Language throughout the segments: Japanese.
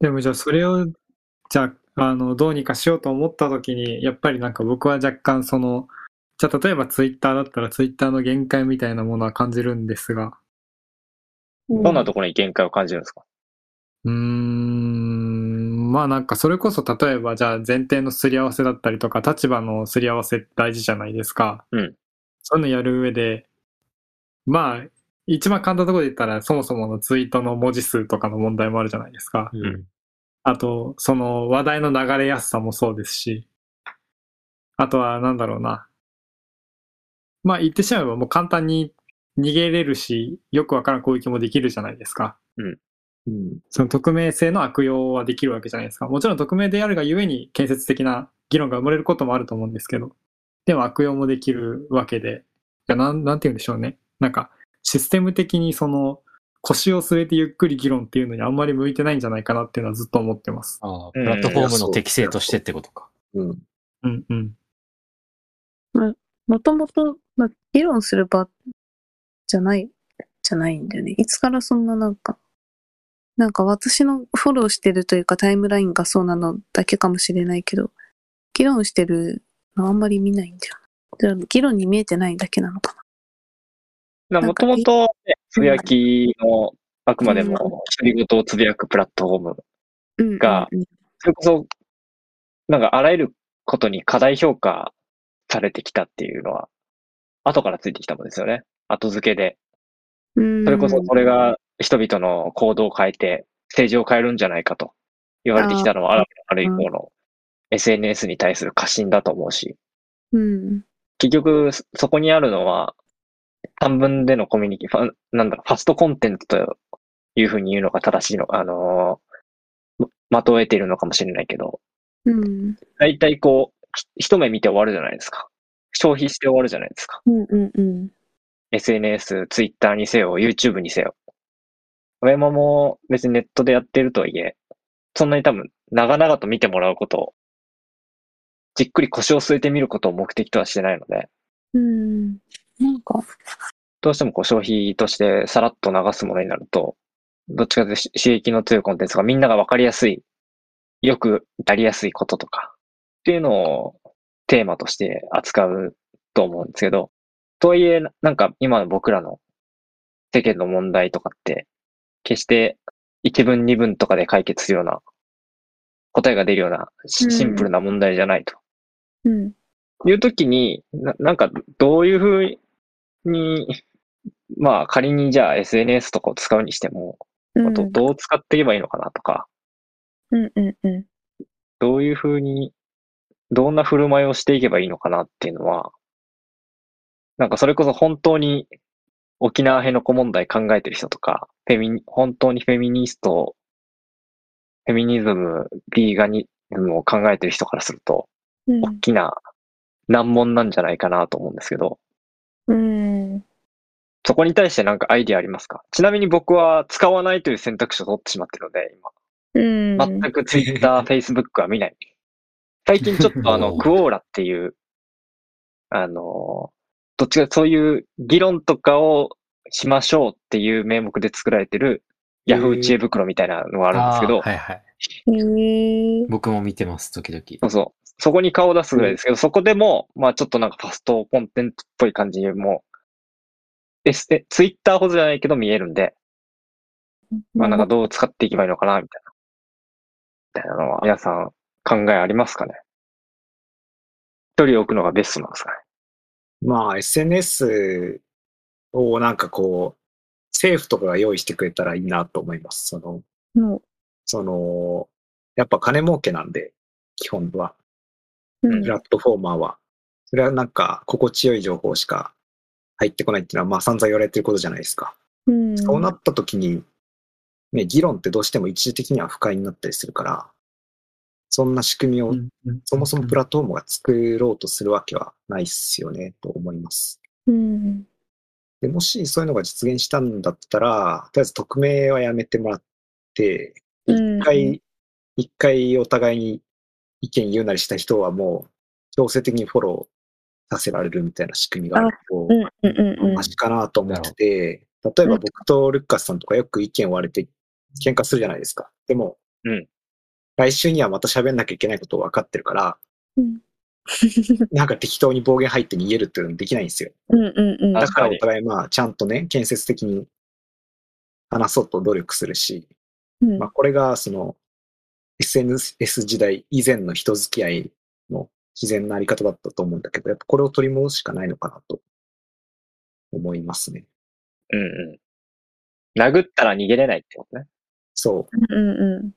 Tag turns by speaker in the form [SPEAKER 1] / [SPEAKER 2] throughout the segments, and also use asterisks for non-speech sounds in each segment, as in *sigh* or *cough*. [SPEAKER 1] でもじゃあそれをじゃああのどうにかしようと思った時にやっぱりなんか僕は若干そのじゃあ例えばツイッターだったらツイッターの限界みたいなものは感じるんですが
[SPEAKER 2] どんなところに限界を感じるんですか
[SPEAKER 1] うーんまあなんかそれこそ例えばじゃあ前提のすり合わせだったりとか立場のすり合わせ大事じゃないですか、
[SPEAKER 2] うん
[SPEAKER 1] そういうのやる上でまあ一番簡単なところで言ったらそもそものツイートの文字数とかの問題もあるじゃないですか、
[SPEAKER 2] うん
[SPEAKER 1] あと、その話題の流れやすさもそうですし、あとはなんだろうな。まあ言ってしまえばもう簡単に逃げれるし、よくわからん攻撃もできるじゃないですか。
[SPEAKER 2] うん。
[SPEAKER 1] その匿名性の悪用はできるわけじゃないですか。もちろん匿名であるがゆえに建設的な議論が生まれることもあると思うんですけど、でも悪用もできるわけで、いやなんなんて言うんでしょうね。なんかシステム的にその腰を据えてゆっくり議論っていうのにあんまり向いてないんじゃないかなっていうのはずっと思ってます。
[SPEAKER 3] ああ、プラットフォームの適性としてってことか。
[SPEAKER 2] うん。
[SPEAKER 1] うんうん。
[SPEAKER 4] もともと、まあ、議論する場じゃない、じゃないんだよね。いつからそんななんか、なんか私のフォローしてるというかタイムラインがそうなのだけかもしれないけど、議論してるのあんまり見ないんだよな。じゃあ議論に見えてないだけなのか
[SPEAKER 2] だもともと、つぶやきの、あくまでも、独り言をつぶやくプラットフォーム。
[SPEAKER 4] な。うん。
[SPEAKER 2] が
[SPEAKER 4] うん
[SPEAKER 2] それこそ、なんかあらゆることに過大評価されてきたっていうのは、後からついてきたもんですよね。後付けで。
[SPEAKER 4] うん
[SPEAKER 2] それこそそれが人々の行動を変えて、政治を変えるんじゃないかと言われてきたのは、あらある以降の SNS に対する過信だと思うし、
[SPEAKER 4] うん。
[SPEAKER 2] 結局そそこにあるのは、短文でのコミュニケーション、なんだろう、ファストコンテンツというふうに言うのが正しいの、あのーままとえているのかもしれないけど、
[SPEAKER 4] うん。
[SPEAKER 2] 大体こう、ひ一目見て終わるじゃないですか。消費して終わるじゃないですか。
[SPEAKER 4] うん。うん。うん。
[SPEAKER 2] SNS、Twitter にせよ、YouTube にせよ。上山も別にネットでやってるとはいえ、そんなに多分、長々と見てもらうことを、じっくり腰を据えてみることを目的とはしてないので、
[SPEAKER 4] うん。なんか、
[SPEAKER 2] どうしてもこう消費としてさらっと流すものになると、どっちかというと刺刺激の強いコンテンツがみんながわかりやすい、よくやりやすいこととか、っていうのをテーマとして扱うと思うんですけど、とはいえ、ななんか今の僕らの世間の問題とかって、決して一文二文とかで解決するような、答えが出るようなシ
[SPEAKER 4] うん
[SPEAKER 2] シンプルな問題じゃないと。
[SPEAKER 4] うん。
[SPEAKER 2] いうときにな、なんかどういうふうに、まあ仮にじゃあ SNS とかを使うにしても、
[SPEAKER 4] うん。
[SPEAKER 2] どどう使っていけばいいのかなとか、
[SPEAKER 4] うん。うん。うん。
[SPEAKER 2] どういうふうに、どんな振る舞いをしていけばいいのかなっていうのは、なんかそれこそ本当に沖縄辺野古問題考えてる人とか、フェミニ本当にフェミニスト、フェミニズム、ビーガニズムを考えてる人からすると、
[SPEAKER 4] うん
[SPEAKER 2] 大きな難問なんじゃないかなと思うんですけど、
[SPEAKER 4] うん。
[SPEAKER 2] そこに対してなんかアイディアありますかちなみに僕は使わないという選択肢を取ってしまってるので、
[SPEAKER 3] *laughs*
[SPEAKER 4] うん。
[SPEAKER 2] 今。全く Twitter、Facebook は見ない。最近ちょっとあの、
[SPEAKER 3] おー
[SPEAKER 2] クオーラっていう、あの、どっちかそういう議論とかをしましょうっていう名目で作られてる
[SPEAKER 3] へー
[SPEAKER 2] Yahoo 知恵袋みたいなのがあるんですけど、
[SPEAKER 3] あーはいはい。
[SPEAKER 4] へえ。
[SPEAKER 3] 僕も見てます、時々。
[SPEAKER 2] そうそう。そこに顔を出すぐらいですけど、そこでも、まあちょっとなんかファストコンテンツっぽい感じにも、S、え、ツイッターほどじゃないけど見えるんで、まあなんかどう使っていけばいいのかな、みたいな。みたいなのは、皆さん考えありますかね一人置くのがベストなんですかね
[SPEAKER 5] まあ、SNS をなんかこう、政府とかが用意してくれたらいいなと思います。その、
[SPEAKER 4] も
[SPEAKER 5] その、やっぱ金儲けなんで、基本は、
[SPEAKER 4] う、う
[SPEAKER 2] うん
[SPEAKER 4] ん
[SPEAKER 5] プ。ラットフォーマーは。それはなんか、心地よい情報しか入ってこないっていうのは、まあ散々言われてることじゃないですか。
[SPEAKER 4] うん。
[SPEAKER 5] そうなった時に、ね、議論ってどうしても一時的には不快になったりするから、そんな仕組みを、そもそもプラットフォームが作ろうとするわけはないっすよね、と思います。
[SPEAKER 4] うん。
[SPEAKER 5] で、もしそういうのが実現したんだったら、とりあえず匿名はやめてもらって、
[SPEAKER 4] うん
[SPEAKER 5] 一回、一回お互いに意見言うなりした人はもう強制的にフォローさせられるみたいな仕組みがあると、
[SPEAKER 4] うんうんうん
[SPEAKER 5] マシかなと思ってて、例えば僕とルッカスさんとかよく意見割れて喧嘩するじゃないですか。でも、
[SPEAKER 2] うん
[SPEAKER 5] 来週にはまた喋んなきゃいけないことを分かってるから、
[SPEAKER 4] うん。
[SPEAKER 5] なんか適当に暴言入って逃げるっていうのもできないんですよ。
[SPEAKER 4] うんうんうん。
[SPEAKER 2] あ
[SPEAKER 5] だからお
[SPEAKER 2] 確か
[SPEAKER 5] 互いまあ、ちゃんとね、建設的に話そうと努力するし、
[SPEAKER 4] うん
[SPEAKER 5] まあ、これがその SNS 時代以前の人付き合いの自然なあり方だったと思うんだけど、やっぱこれを取り戻すしかないのかなと思いますね。
[SPEAKER 2] うんうん。殴ったら逃げれないってことね。
[SPEAKER 5] そ
[SPEAKER 4] う
[SPEAKER 5] う。
[SPEAKER 4] んうん。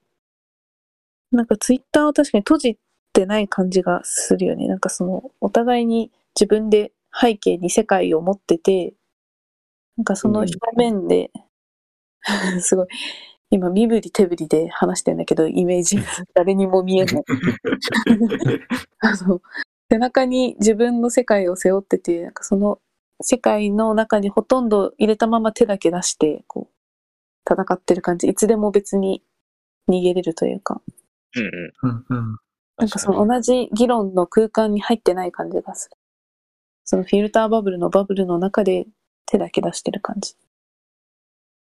[SPEAKER 4] なんかツイッターは確かに閉じてない感じがするよね。なんかその、お互いに自分で背景に世界を持ってて、なんかその表面で、 *laughs* すごい、今身振り手振りで話してんだけど、イメージ、誰にも見えない。あの、背中に自分の世界を背負ってて、なんかその世界の中にほとんど入れたまま手だけ出して、こう、戦ってる感じ。いつでも別に逃げれるというか、
[SPEAKER 2] うんうん。
[SPEAKER 1] うんうん。
[SPEAKER 4] なんかその同じ議論の空間に入ってない感じがする。そのフィルターバブルのバブルの中で手だけ出してる感じ。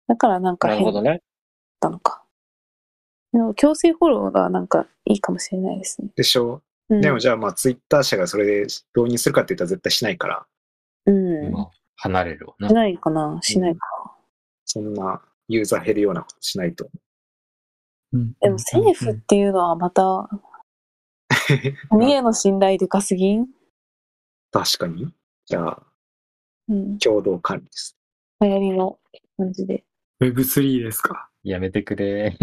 [SPEAKER 4] だからなんか
[SPEAKER 2] なるほ
[SPEAKER 4] 変だ
[SPEAKER 2] ど
[SPEAKER 4] っ
[SPEAKER 2] ね。
[SPEAKER 4] たのか。でも強制フォローがなんかいいかもしれないですね。
[SPEAKER 5] でしょ、
[SPEAKER 4] うん、
[SPEAKER 5] でもじゃあまあ、ツイッター社がそれで導入するかって言ったら絶対しないから、
[SPEAKER 4] うん。
[SPEAKER 3] まあ離れるわな
[SPEAKER 4] し。ないかなしないか
[SPEAKER 5] そんなユーザー減るようなことしないと。
[SPEAKER 1] うん
[SPEAKER 4] な。でも政府っていうのはま
[SPEAKER 3] *laughs*
[SPEAKER 4] た、三重の信頼でかすぎん
[SPEAKER 5] 確かに。じゃあ、
[SPEAKER 4] うん。
[SPEAKER 5] 共同管理です。
[SPEAKER 4] 流行りの感じで。
[SPEAKER 1] Web3 ですか。
[SPEAKER 3] やめてくれ。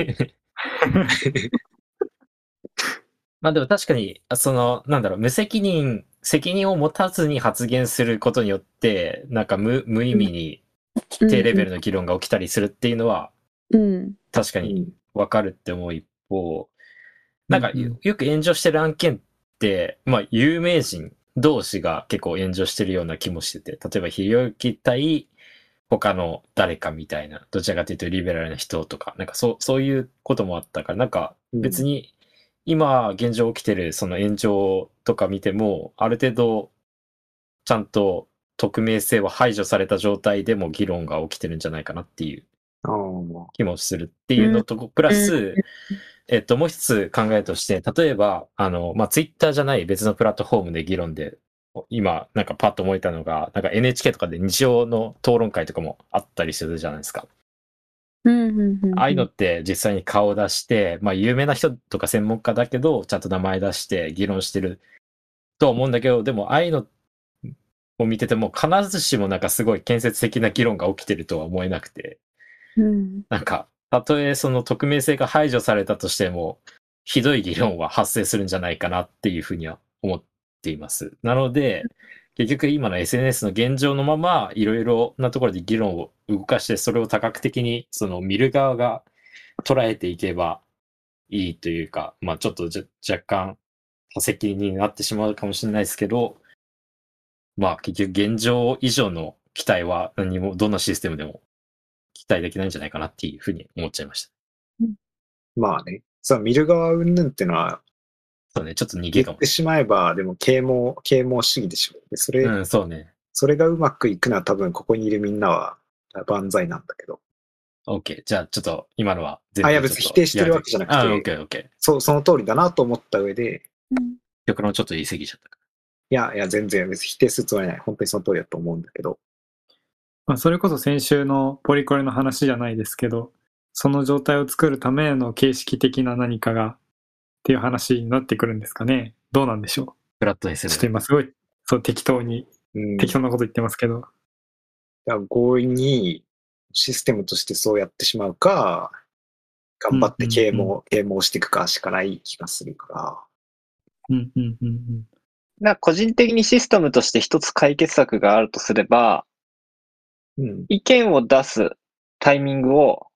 [SPEAKER 3] まあでも確かに、あその、なんだろう、無責任、責任を持たずに発言することによって、なんか無無意味に低レベルの議論が起きたりするっていうのは、
[SPEAKER 4] うん。
[SPEAKER 3] 確か
[SPEAKER 5] う
[SPEAKER 3] に
[SPEAKER 5] ん
[SPEAKER 3] わかるって思う一方、なんか
[SPEAKER 1] うんうん
[SPEAKER 3] よよく炎上してる案件って、まあ有名人同士が結構炎上してるような気もしてて、例えばひろゆき対他の誰かみたいな、どちらかというとリベラルな人とか、なんかそう、そういうこともあったから、なんか別に今現状起きてるその炎上とか見ても、ある程度ちゃんと匿名性は排除された状態でも議論が起きてるんじゃないかなっていう
[SPEAKER 5] あー
[SPEAKER 3] 気もするっていうのと、プラス、えっと、もう一つ考えとして、例えば、あの、まあ、ツイッターじゃない別のプラットフォームで議論で、今、なんかパッと思えたのが、なんか NHK とかで日常の討論会とかもあったりするじゃないですか。
[SPEAKER 4] うんうんうん。
[SPEAKER 3] ああいうのって実際に顔を出して、まあ、有名な人とか専門家だけど、ちゃんと名前出して議論してるとは思うんだけど、でも、ああいうのを見てても、必ずしもなんかすごい建設的な議論が起きてるとは思えなくて。
[SPEAKER 4] うん。
[SPEAKER 3] なんか、たとえその匿名性が排除されたとしても、ひどい議論は発生するんじゃないかなっていうふうには思っています。なので、結局今の SNS の現状のまま、いろいろなところで議論を動かして、それを多角的に、その見る側が捉えていけばいいというか、まあちょっとじゃ若干、多責になってしまうかもしれないですけど、まあ結局現状以上の期待は何も、どんなシステムでも期待できないんじゃないかなっていうふうに思っちゃいました。
[SPEAKER 5] まあね。その見る側云々ってのは、
[SPEAKER 3] そうね、ちょっと逃げ
[SPEAKER 5] 言
[SPEAKER 3] かも
[SPEAKER 5] って。しまえば、でも啓蒙、啓蒙主義でしょ。でそれ、
[SPEAKER 3] うん、そうね。
[SPEAKER 5] それがうまくいくのは多分ここにいるみんなは万歳なんだけど、
[SPEAKER 3] OK。じゃあ、ちょっと今のは全
[SPEAKER 5] あいや別に否定してるわけじゃなくて
[SPEAKER 3] あ、OK、OK。
[SPEAKER 5] そう、その通りだなと思った上で、
[SPEAKER 3] 極論ちょっと言い過ぎちゃったか
[SPEAKER 5] いやいや全然別に否定するつもりはない。本当にその通りだと思うんだけど、
[SPEAKER 1] まあ、それこそ先週のポリコレの話じゃないですけど、その状態を作るための形式的な何かがっていう話になってくるんですかね。どうなんでしょう。
[SPEAKER 3] フラットにす
[SPEAKER 1] ちょっと
[SPEAKER 3] る。
[SPEAKER 1] 今すごい、そう適当に、
[SPEAKER 5] うん、
[SPEAKER 1] 適当なこと言ってますけど。
[SPEAKER 5] だから強引にシステムとしてそうやってしまうか、頑張って啓蒙、
[SPEAKER 1] うんう
[SPEAKER 5] 啓蒙していくかしかない気がするから、
[SPEAKER 1] うんうんうんうん。
[SPEAKER 2] なんか個人的にシステムとして一つ解決策があるとすれば、
[SPEAKER 5] うん、
[SPEAKER 2] 意見を出すタイミングを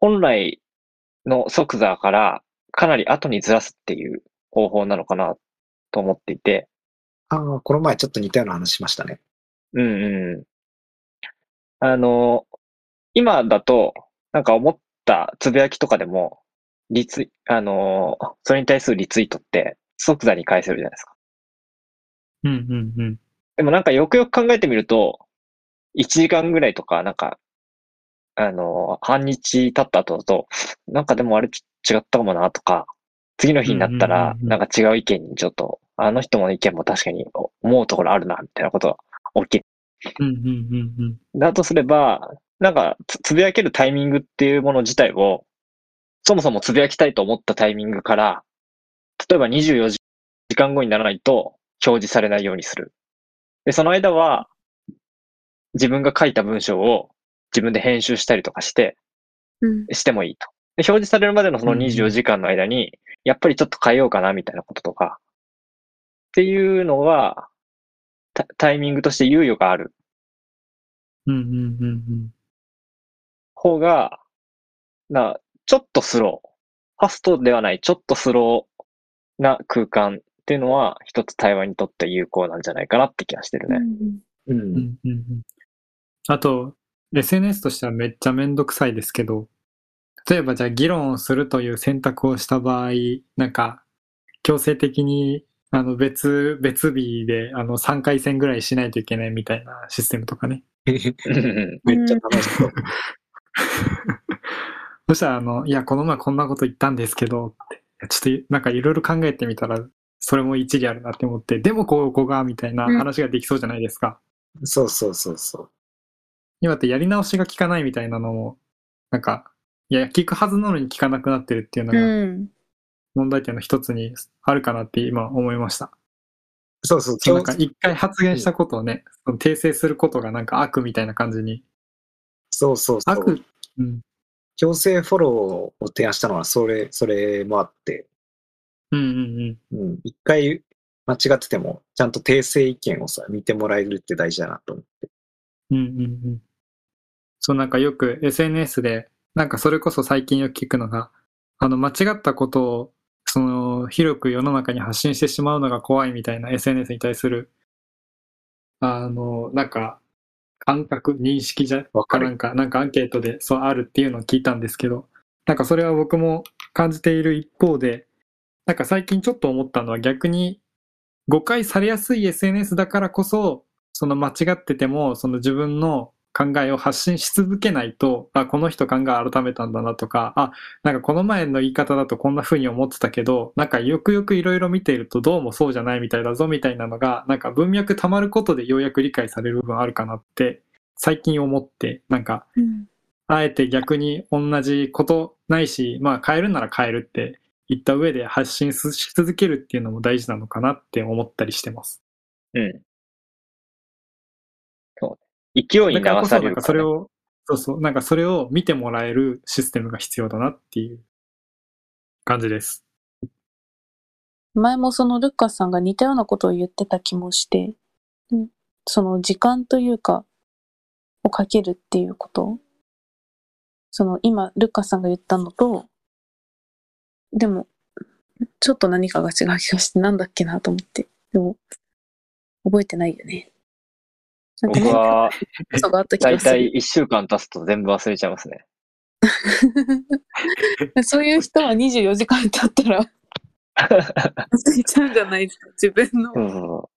[SPEAKER 2] 本来の即座からかなり後にずらすっていう方法なのかなと思っていて、
[SPEAKER 5] ああ、この前ちょっと似たような話しましたね。
[SPEAKER 2] うんうん。あの、今だと、なんか思ったつぶやきとかでも、リツイ、あの、それに対するリツイートって即座に返せるじゃないですか。
[SPEAKER 1] うんうんうん。
[SPEAKER 2] でもなんかよくよく考えてみると、1時間ぐらいとか、なんか、あの、半日経った後だと、なんかでもあれち違ったかもなとか、次の日になった
[SPEAKER 1] うんうん
[SPEAKER 2] ら
[SPEAKER 1] う、んうん
[SPEAKER 2] なんか違う意見にちょっと、あの人の意見も確かに思うところあるな、みたいなことが起きる。
[SPEAKER 1] うんうんうんうん。
[SPEAKER 2] だとすれば、なんかつ、つぶやけるタイミングっていうもの自体を、そもそもつぶやきたいと思ったタイミングから、例えば24時間後にならないと表示されないようにする。で、その間は、自分が書いた文章を自分で編集したりとかして、
[SPEAKER 4] うん。
[SPEAKER 2] してもいいと。で表示されるまでのその
[SPEAKER 1] うん
[SPEAKER 2] 24時間の間に、やっぱりちょっと変えようかなみたいなこととか、っていうのが、タタイミングとして猶予がある
[SPEAKER 1] うんうんうんうん。
[SPEAKER 2] 方が、な、ちょっとスロー。ファストではない、ちょっとスローな空間っていうのは、一つ台湾にとって有効なんじゃないかなって気がしてる
[SPEAKER 4] う
[SPEAKER 2] ね。
[SPEAKER 4] ん
[SPEAKER 5] う。
[SPEAKER 1] うんんうんうんあと、SNS としてはめっちゃめんどくさいですけど、例えばじゃあ議論をするという選択をした場合、なんか、強制的に、あの別、別日で、あの3回戦ぐらいしないといけないみたいなシステムとかね。
[SPEAKER 5] めっちゃ楽し
[SPEAKER 1] *laughs*
[SPEAKER 5] そう。
[SPEAKER 1] そしたら、あの、いや、この前こんなこと言ったんですけど、っていやちょっとなんかいろいろ考えてみたら、それも一理あるなって思って、でもこう、こうが、みたいな話ができそうじゃないですか。
[SPEAKER 5] そうそうそうそう。
[SPEAKER 1] 今ってやり直しが効かないみたいなのも、なんか、いや、効くはずなのに効かなくなってるっていうの
[SPEAKER 4] う
[SPEAKER 1] が
[SPEAKER 4] ん。
[SPEAKER 1] 問題点の一つにあるかなって今思いました。
[SPEAKER 5] そうそう、
[SPEAKER 1] そうなんか一回発言したことをね、その訂正することがなんか悪みたいな感じに。
[SPEAKER 5] そうそうそう。
[SPEAKER 1] 悪、うん。
[SPEAKER 5] 強制フォローを提案したのは、それ、それもあって、
[SPEAKER 1] うんうんうん。
[SPEAKER 5] うん、一回間違ってても、ちゃんと訂正意見をさ、見てもらえるって大事だなと思って。
[SPEAKER 1] うんうんうん。そうなんかよく SNS で、なんかそれこそ最近よく聞くのが、あの間違ったことを、その広く世の中に発信してしまうのが怖いみたいな SNS に対する、あの、なんか感覚、認識じゃ、
[SPEAKER 5] わかる
[SPEAKER 1] なんか、なんかアンケートでそうあるっていうのを聞いたんですけど、なんかそれは僕も感じている一方で、なんか最近ちょっと思ったのは逆に誤解されやすい SNS だからこそ、その間違ってても、その自分の考えを発信し続けないと、あ、この人考え改めたんだなとか、あ、なんかこの前の言い方だとこんな風に思ってたけど、なんかよくよくいろいろ見ているとどうもそうじゃないみたいだぞみたいなのが、なんか文脈たまることでようやく理解される部分あるかなって、最近思って、なんか、
[SPEAKER 4] うん。
[SPEAKER 1] あえて逆に同じことないし、まあ変えるなら変えるって言った上で発信すし続けるっていうのも大事なのかなって思ったりしてます。
[SPEAKER 2] うん。そう。勢いに
[SPEAKER 1] だから
[SPEAKER 2] 流
[SPEAKER 1] こ
[SPEAKER 2] さ
[SPEAKER 1] そ、
[SPEAKER 2] れ
[SPEAKER 1] なん
[SPEAKER 2] る
[SPEAKER 1] か
[SPEAKER 2] か
[SPEAKER 1] そ
[SPEAKER 2] ら
[SPEAKER 1] れ
[SPEAKER 2] ね、
[SPEAKER 1] を、そうそう、なんかそれを見てもらえるシステムが必要だなっていう感じです。
[SPEAKER 4] 前もそのルッカスさんが似たようなことを言ってた気もして、うんその時間というか、をかけるっていうことその今、ルッカスさんが言ったのと、でも、ちょっと何かが違う気がして、なんだっけなと思って。でも、覚えてないよね。なんか
[SPEAKER 2] 僕は、
[SPEAKER 4] 嘘があった気
[SPEAKER 2] だい
[SPEAKER 4] がす
[SPEAKER 2] たい
[SPEAKER 4] る。
[SPEAKER 2] 1週間経つと全部忘れちゃいますね。
[SPEAKER 4] そういう人は24時間経った
[SPEAKER 2] *laughs*
[SPEAKER 4] ら忘れちゃうんじゃないですか、自分の。
[SPEAKER 2] そうそうそう。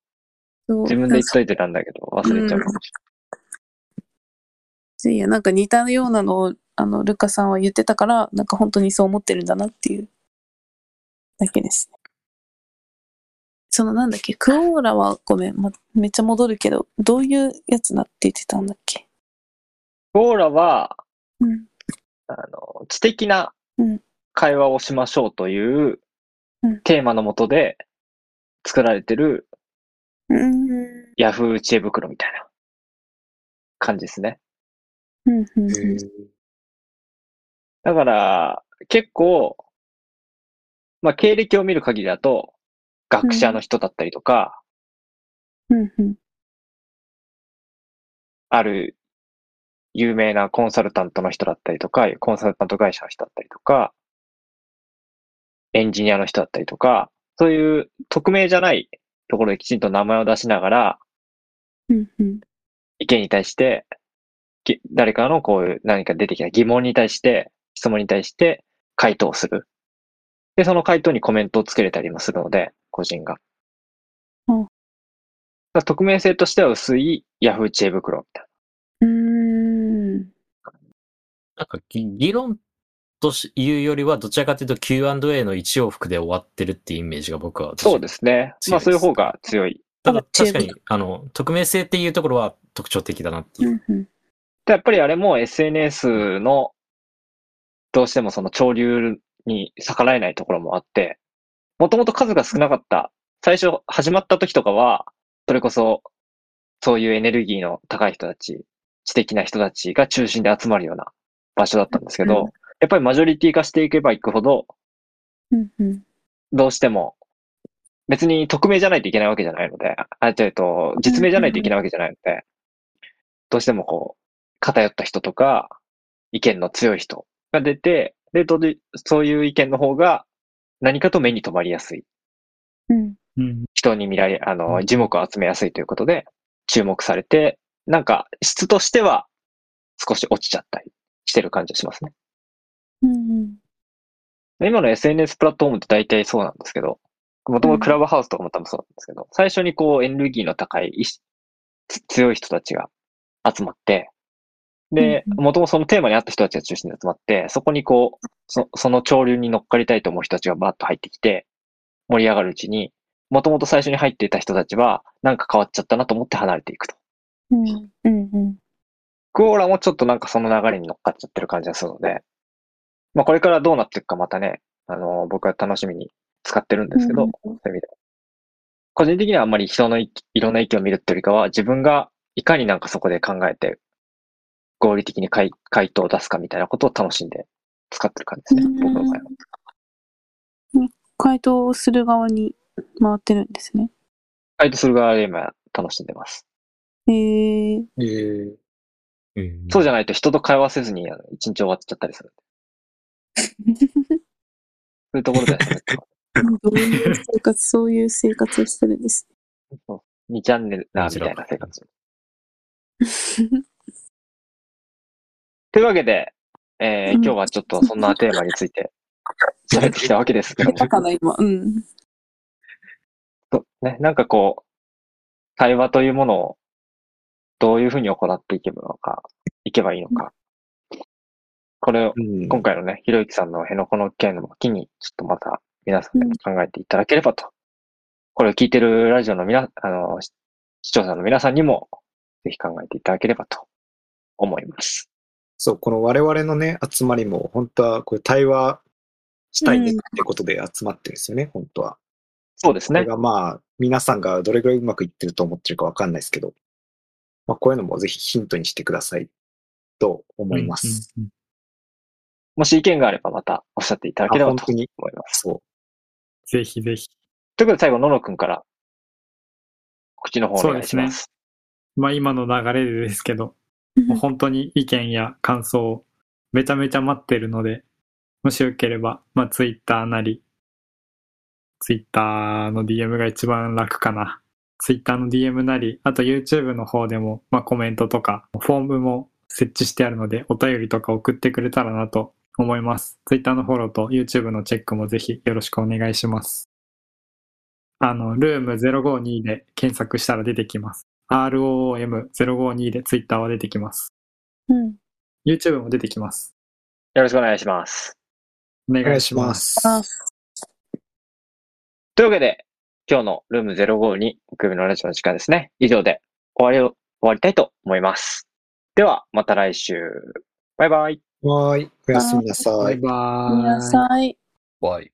[SPEAKER 4] そう
[SPEAKER 2] 自分で言っといてたんだけど、忘れちゃうかもし
[SPEAKER 4] いや、なんか似たようなのを、あの、ルカさんは言ってたから、なんか本当にそう思ってるんだなっていう、だけです。そのなんだっけ、クオーラは、ごめん、ま、めっちゃ戻るけど、どういうやつだって言ってたんだっけ。
[SPEAKER 2] れない。オーラは、
[SPEAKER 4] うん。
[SPEAKER 2] あの、知的な
[SPEAKER 4] うん
[SPEAKER 2] 会話をしましょうという
[SPEAKER 4] うん
[SPEAKER 2] テーマのもとで作られてる
[SPEAKER 4] うーん。
[SPEAKER 2] ヤフー知恵袋みたいな感じですね。
[SPEAKER 4] うん、うん、うん。
[SPEAKER 2] だから、結構、まあ、経歴を見る限りだと、学者の人だったりとか、
[SPEAKER 4] うん、うん。
[SPEAKER 2] ある有名なコンサルタントの人だったりとか、コンサルタント会社の人だったりとか、エンジニアの人だったりとか、そういう匿名じゃないところできちんと名前を出しながら、
[SPEAKER 4] うん、うん。
[SPEAKER 2] 意見に対して、き誰かのこういう何か出てきた疑問に対して、質問に対して回答する。で、その回答にコメントをつけれたりもするので、個人が。
[SPEAKER 4] うん
[SPEAKER 2] だから匿名性としては薄い Yahoo 知恵袋みたいな
[SPEAKER 4] うーん。
[SPEAKER 3] なんかぎ議論としいうよりは、どちらかというと Q&A の一往復で終わってるっていうイメージが僕は。
[SPEAKER 2] そうですね。まあそういう方が強い。
[SPEAKER 3] ただ確かに、あの、匿名性っていうところは特徴的だなっていう。
[SPEAKER 4] うんうん
[SPEAKER 2] でやっぱりあれも SNS の、どうしてもその潮流に逆らえないところもあって、もともと数が少なかった。最初始まった時とかは、それこそ、そういうエネルギーの高い人たち、知的な人たちが中心で集まるような場所だったんですけ
[SPEAKER 4] う
[SPEAKER 2] ど、
[SPEAKER 4] ん
[SPEAKER 2] やっぱりマジョリティ化していけばいくほど、
[SPEAKER 4] うんうん
[SPEAKER 2] どうしても、別に匿名じゃないといけないわけじゃないので、あ、えっと、実名じゃないといけないわけじゃないので、どうしてもこう、偏った人とか、意見の強い人が出て、で、当時そういう意見の方が、何かと目に留まりやすい。
[SPEAKER 4] うん
[SPEAKER 1] うん。
[SPEAKER 2] 人に見られ、あの、樹木を集めやすいということで、注目されて、なんか、質としては、少し落ちちゃったりしてる感じがしますね。
[SPEAKER 4] うん
[SPEAKER 2] 今の SNS プラットフォームって大体そうなんですけど、もともとクラブハウスとかも多分そうなんですけど、最初にこうエネルギーの高い意志、つ強い人たちが集まって、で、
[SPEAKER 4] うん
[SPEAKER 2] もともとそのテーマに合った人たちが中心で集まって、そこにこう、そその潮流に乗っかりたいと思う人たちがバーッと入ってきて、盛り上がるうちに、もともと最初に入っていた人たちは、なんか変わっちゃったなと思って離れていくと。
[SPEAKER 4] うんうんうん
[SPEAKER 2] クオーラもちょっとなんかその流れに乗っかっちゃってる感じがするので、まあこれからどうなっていくかまたね、あの、僕は楽しみに使ってるんですけど、
[SPEAKER 4] うん
[SPEAKER 2] そういう意味では個人的にはあんまり人のいいろんな意見を見るってよりかは、自分がいかになんかそこで考えて、合理的に回回答を出すかみたいなことを楽しんで使ってる感じですね、僕の場合は。
[SPEAKER 4] 回答をする側に回ってるんですね
[SPEAKER 2] 回答する側で今楽しんでます。
[SPEAKER 4] へ *laughs* え
[SPEAKER 5] えー、
[SPEAKER 2] そうじゃ
[SPEAKER 3] な
[SPEAKER 2] な
[SPEAKER 3] い。
[SPEAKER 2] いと人と会話せずにあの一日終わっちゃったりする。
[SPEAKER 4] *laughs*
[SPEAKER 2] そういうところで、
[SPEAKER 4] どういう生活そういう生活をしてるん *laughs* です
[SPEAKER 2] 2チャンネルなみたいな生活。というわけで、えー
[SPEAKER 4] うん
[SPEAKER 2] 今日はちょっとそんなテーマについて喋ってきたわけですけど
[SPEAKER 4] 出
[SPEAKER 2] も、
[SPEAKER 4] たかな今うん
[SPEAKER 2] そうね、なんかこう、対話というものをどういうふうに行っていけばいいのか、いけばいいのか。これを、
[SPEAKER 5] うん
[SPEAKER 2] 今回のね、ひろゆきさんの辺野古の件の機に、ちょっとまた皆さんでも考えていただければと。これを聞いてるラジオの皆、あの、し視聴者の皆さんにも、ぜひ考えていただければと思います。
[SPEAKER 5] そう、この我々のね、集まりも、本当はこれ対話したいね
[SPEAKER 4] う
[SPEAKER 5] っ
[SPEAKER 4] ん
[SPEAKER 5] てことで集まってるんですよね、本当は。
[SPEAKER 2] そうです
[SPEAKER 5] これ
[SPEAKER 2] ね。
[SPEAKER 5] がまあ、皆さんがどれぐらいうまくいってると思ってるかわかんないですけど、まあ、こういうのもぜひヒントにしてくださいと思います。
[SPEAKER 1] うん。
[SPEAKER 2] もし意見があればまたおっしゃっていただけれ
[SPEAKER 5] あ
[SPEAKER 2] ば
[SPEAKER 5] 本
[SPEAKER 2] と
[SPEAKER 5] 当
[SPEAKER 2] 思い
[SPEAKER 5] に
[SPEAKER 2] ます。
[SPEAKER 5] そう。
[SPEAKER 1] ぜひぜひ。
[SPEAKER 2] ということで最後、ののくんから、口の方お願いします。
[SPEAKER 1] まあ今の流れでですけど、
[SPEAKER 4] *laughs* うん
[SPEAKER 1] もう本当に意見や感想をめちゃめちゃ待ってるので、もしよければ、まあツイッターなり、ツイッターの DM が一番楽かな。ツイッターの DM なり、あと YouTube の方でも、まあコメントとか、フォームも設置してあるので、お便りとか送ってくれたらなと思います。ツイッターのフォローと YouTube のチェックもぜひよろしくお願いします。あの、ルーム052で検索したら出てきます。ROM052 で Twitter は出てきます。
[SPEAKER 4] うん、
[SPEAKER 1] YouTube も出てきます。
[SPEAKER 2] よろしくお願いします。
[SPEAKER 1] お
[SPEAKER 5] お願
[SPEAKER 1] 願
[SPEAKER 5] い
[SPEAKER 1] い
[SPEAKER 5] し
[SPEAKER 1] し
[SPEAKER 5] ま
[SPEAKER 1] ます。
[SPEAKER 5] す。
[SPEAKER 4] あ
[SPEAKER 2] というわけで、今日のルーム052、木曜日のラジオの時間ですね。以上で終わりを、終わりたいと思います。では、また来週。バイバイ。
[SPEAKER 5] はーい。おやすみなさい
[SPEAKER 1] バイ。バーイ。
[SPEAKER 4] おやさい
[SPEAKER 3] 怖い。